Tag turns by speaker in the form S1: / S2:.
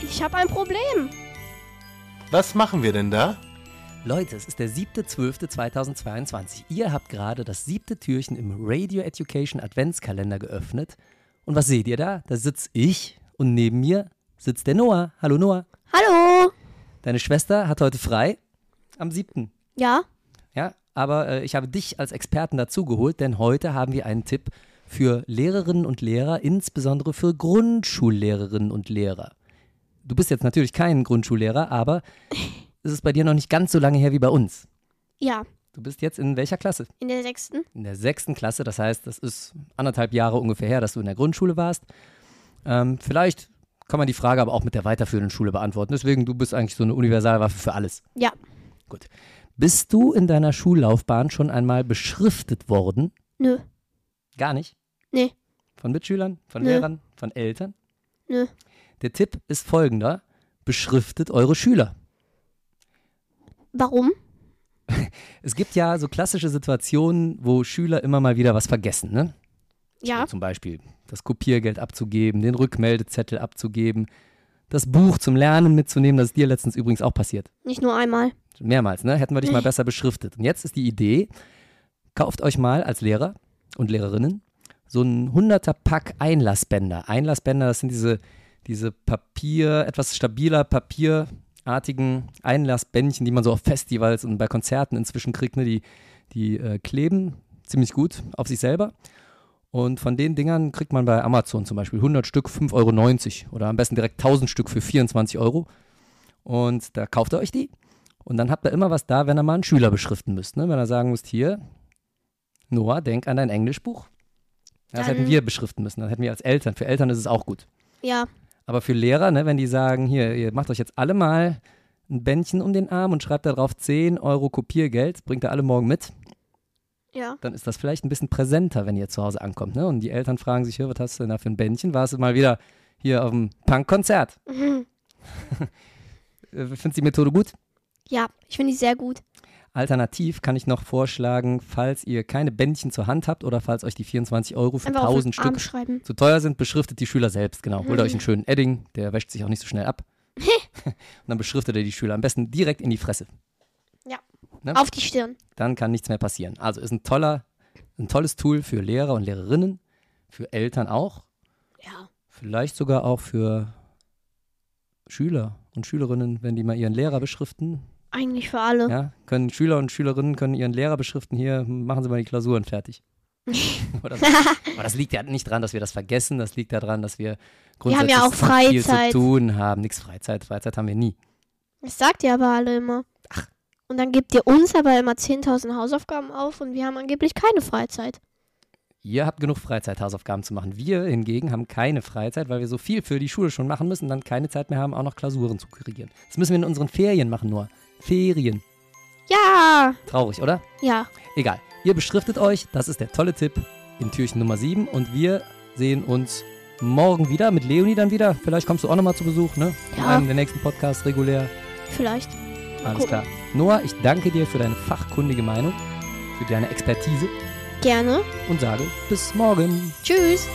S1: Ich habe ein Problem.
S2: Was machen wir denn da?
S3: Leute, es ist der 7.12.2022. Ihr habt gerade das siebte Türchen im Radio Education Adventskalender geöffnet. Und was seht ihr da? Da sitze ich und neben mir sitzt der Noah. Hallo Noah.
S1: Hallo.
S3: Deine Schwester hat heute frei am 7.
S1: Ja?
S3: Ja, aber äh, ich habe dich als Experten dazugeholt, denn heute haben wir einen Tipp für Lehrerinnen und Lehrer, insbesondere für Grundschullehrerinnen und Lehrer. Du bist jetzt natürlich kein Grundschullehrer, aber es ist bei dir noch nicht ganz so lange her wie bei uns.
S1: Ja.
S3: Du bist jetzt in welcher Klasse?
S1: In der sechsten?
S3: In der sechsten Klasse, das heißt, das ist anderthalb Jahre ungefähr her, dass du in der Grundschule warst. Ähm, vielleicht kann man die Frage aber auch mit der weiterführenden Schule beantworten. Deswegen, du bist eigentlich so eine Universalwaffe für alles.
S1: Ja.
S3: Gut. Bist du in deiner Schullaufbahn schon einmal beschriftet worden?
S1: Nö.
S3: Gar nicht.
S1: Nee.
S3: Von Mitschülern, von
S1: Nö.
S3: Lehrern, von Eltern?
S1: Nö.
S3: Der Tipp ist folgender. Beschriftet eure Schüler.
S1: Warum?
S3: Es gibt ja so klassische Situationen, wo Schüler immer mal wieder was vergessen, ne?
S1: Ja.
S3: Also Zum Beispiel das Kopiergeld abzugeben, den Rückmeldezettel abzugeben, das Buch zum Lernen mitzunehmen, das ist dir letztens übrigens auch passiert.
S1: Nicht nur einmal.
S3: Mehrmals, ne? Hätten wir dich mal besser beschriftet. Und jetzt ist die Idee, kauft euch mal als Lehrer und Lehrerinnen so ein 100er Pack Einlassbänder. Einlassbänder, das sind diese, diese Papier, etwas stabiler papierartigen Einlassbändchen, die man so auf Festivals und bei Konzerten inzwischen kriegt, ne? Die, die äh, kleben ziemlich gut auf sich selber. Und von den Dingern kriegt man bei Amazon zum Beispiel 100 Stück 5,90 Euro oder am besten direkt 1000 Stück für 24 Euro. Und da kauft ihr euch die und dann habt ihr immer was da, wenn ihr mal einen Schüler beschriften müsst. Ne? Wenn ihr sagen müsst, hier, Noah, denk an dein Englischbuch. Das
S1: Dann-
S3: hätten wir beschriften müssen. Dann hätten wir als Eltern. Für Eltern ist es auch gut.
S1: Ja.
S3: Aber für Lehrer, ne, wenn die sagen, hier, ihr macht euch jetzt alle mal ein Bändchen um den Arm und schreibt da drauf 10 Euro Kopiergeld, bringt ihr alle morgen mit,
S1: Ja.
S3: dann ist das vielleicht ein bisschen präsenter, wenn ihr zu Hause ankommt. Ne? Und die Eltern fragen sich, hier, was hast du denn da für ein Bändchen? Warst du mal wieder hier auf dem Punk-Konzert?
S1: Mhm.
S3: Äh, Findest du die Methode gut?
S1: Ja. Ich finde die sehr gut.
S3: Alternativ kann ich noch vorschlagen, falls ihr keine Bändchen zur Hand habt oder falls euch die 24 Euro für
S1: Einfach auf den
S3: 1000
S1: Arm Mhm.
S3: Stück
S1: schreiben.
S3: zu teuer sind, beschriftet die Schüler selbst. Genau. Holt euch einen schönen Edding, der wäscht sich auch nicht so schnell ab. Und dann beschriftet ihr die Schüler am besten direkt in die Fresse. Ja.
S1: Auf die Stirn.
S3: Dann kann nichts mehr passieren. Also ist ein toller, ein tolles Tool für Lehrer und Lehrerinnen, für Eltern auch,
S1: Ja.
S3: vielleicht sogar auch für Schüler und Schülerinnen, wenn die mal ihren Lehrer beschriften,
S1: Eigentlich für alle.
S3: Ja, können Schüler und Schülerinnen können ihren Lehrer beschriften, hier machen Sie mal die Klausuren fertig. Oder so. Aber das liegt ja nicht daran, dass wir das vergessen, das liegt daran, dass
S1: Wir
S3: wir
S1: haben
S3: grundsätzlich
S1: ja auch
S3: viel zu
S1: Freizeit.
S3: tun haben. Nichts Freizeit, Freizeit haben wir nie.
S1: Das sagt ihr aber alle immer. Und dann gebt ihr uns aber immer 10.000 Hausaufgaben auf und wir haben angeblich keine Freizeit.
S3: Ihr habt genug Freizeit, Hausaufgaben zu machen. Wir hingegen haben keine Freizeit, weil wir so viel für die Schule schon machen müssen, dann keine Zeit mehr haben, auch noch Klausuren zu korrigieren. Das müssen wir in unseren Ferien machen, nur. Ferien.
S1: Ja.
S3: Traurig, oder?
S1: Ja.
S3: Egal. Ihr beschriftet euch. Das ist der tolle Tipp in Türchen Nummer 7. Und wir sehen uns morgen wieder mit Leonie dann wieder. Vielleicht kommst du auch nochmal zu Besuch, ne? In
S1: Ja.
S3: einem der nächsten Podcasts regulär.
S1: Vielleicht.
S3: Alles
S1: gucken.
S3: klar. Noah, ich danke dir für deine fachkundige Meinung, für deine Expertise
S1: Gerne.
S3: und sage bis morgen.
S1: Tschüss.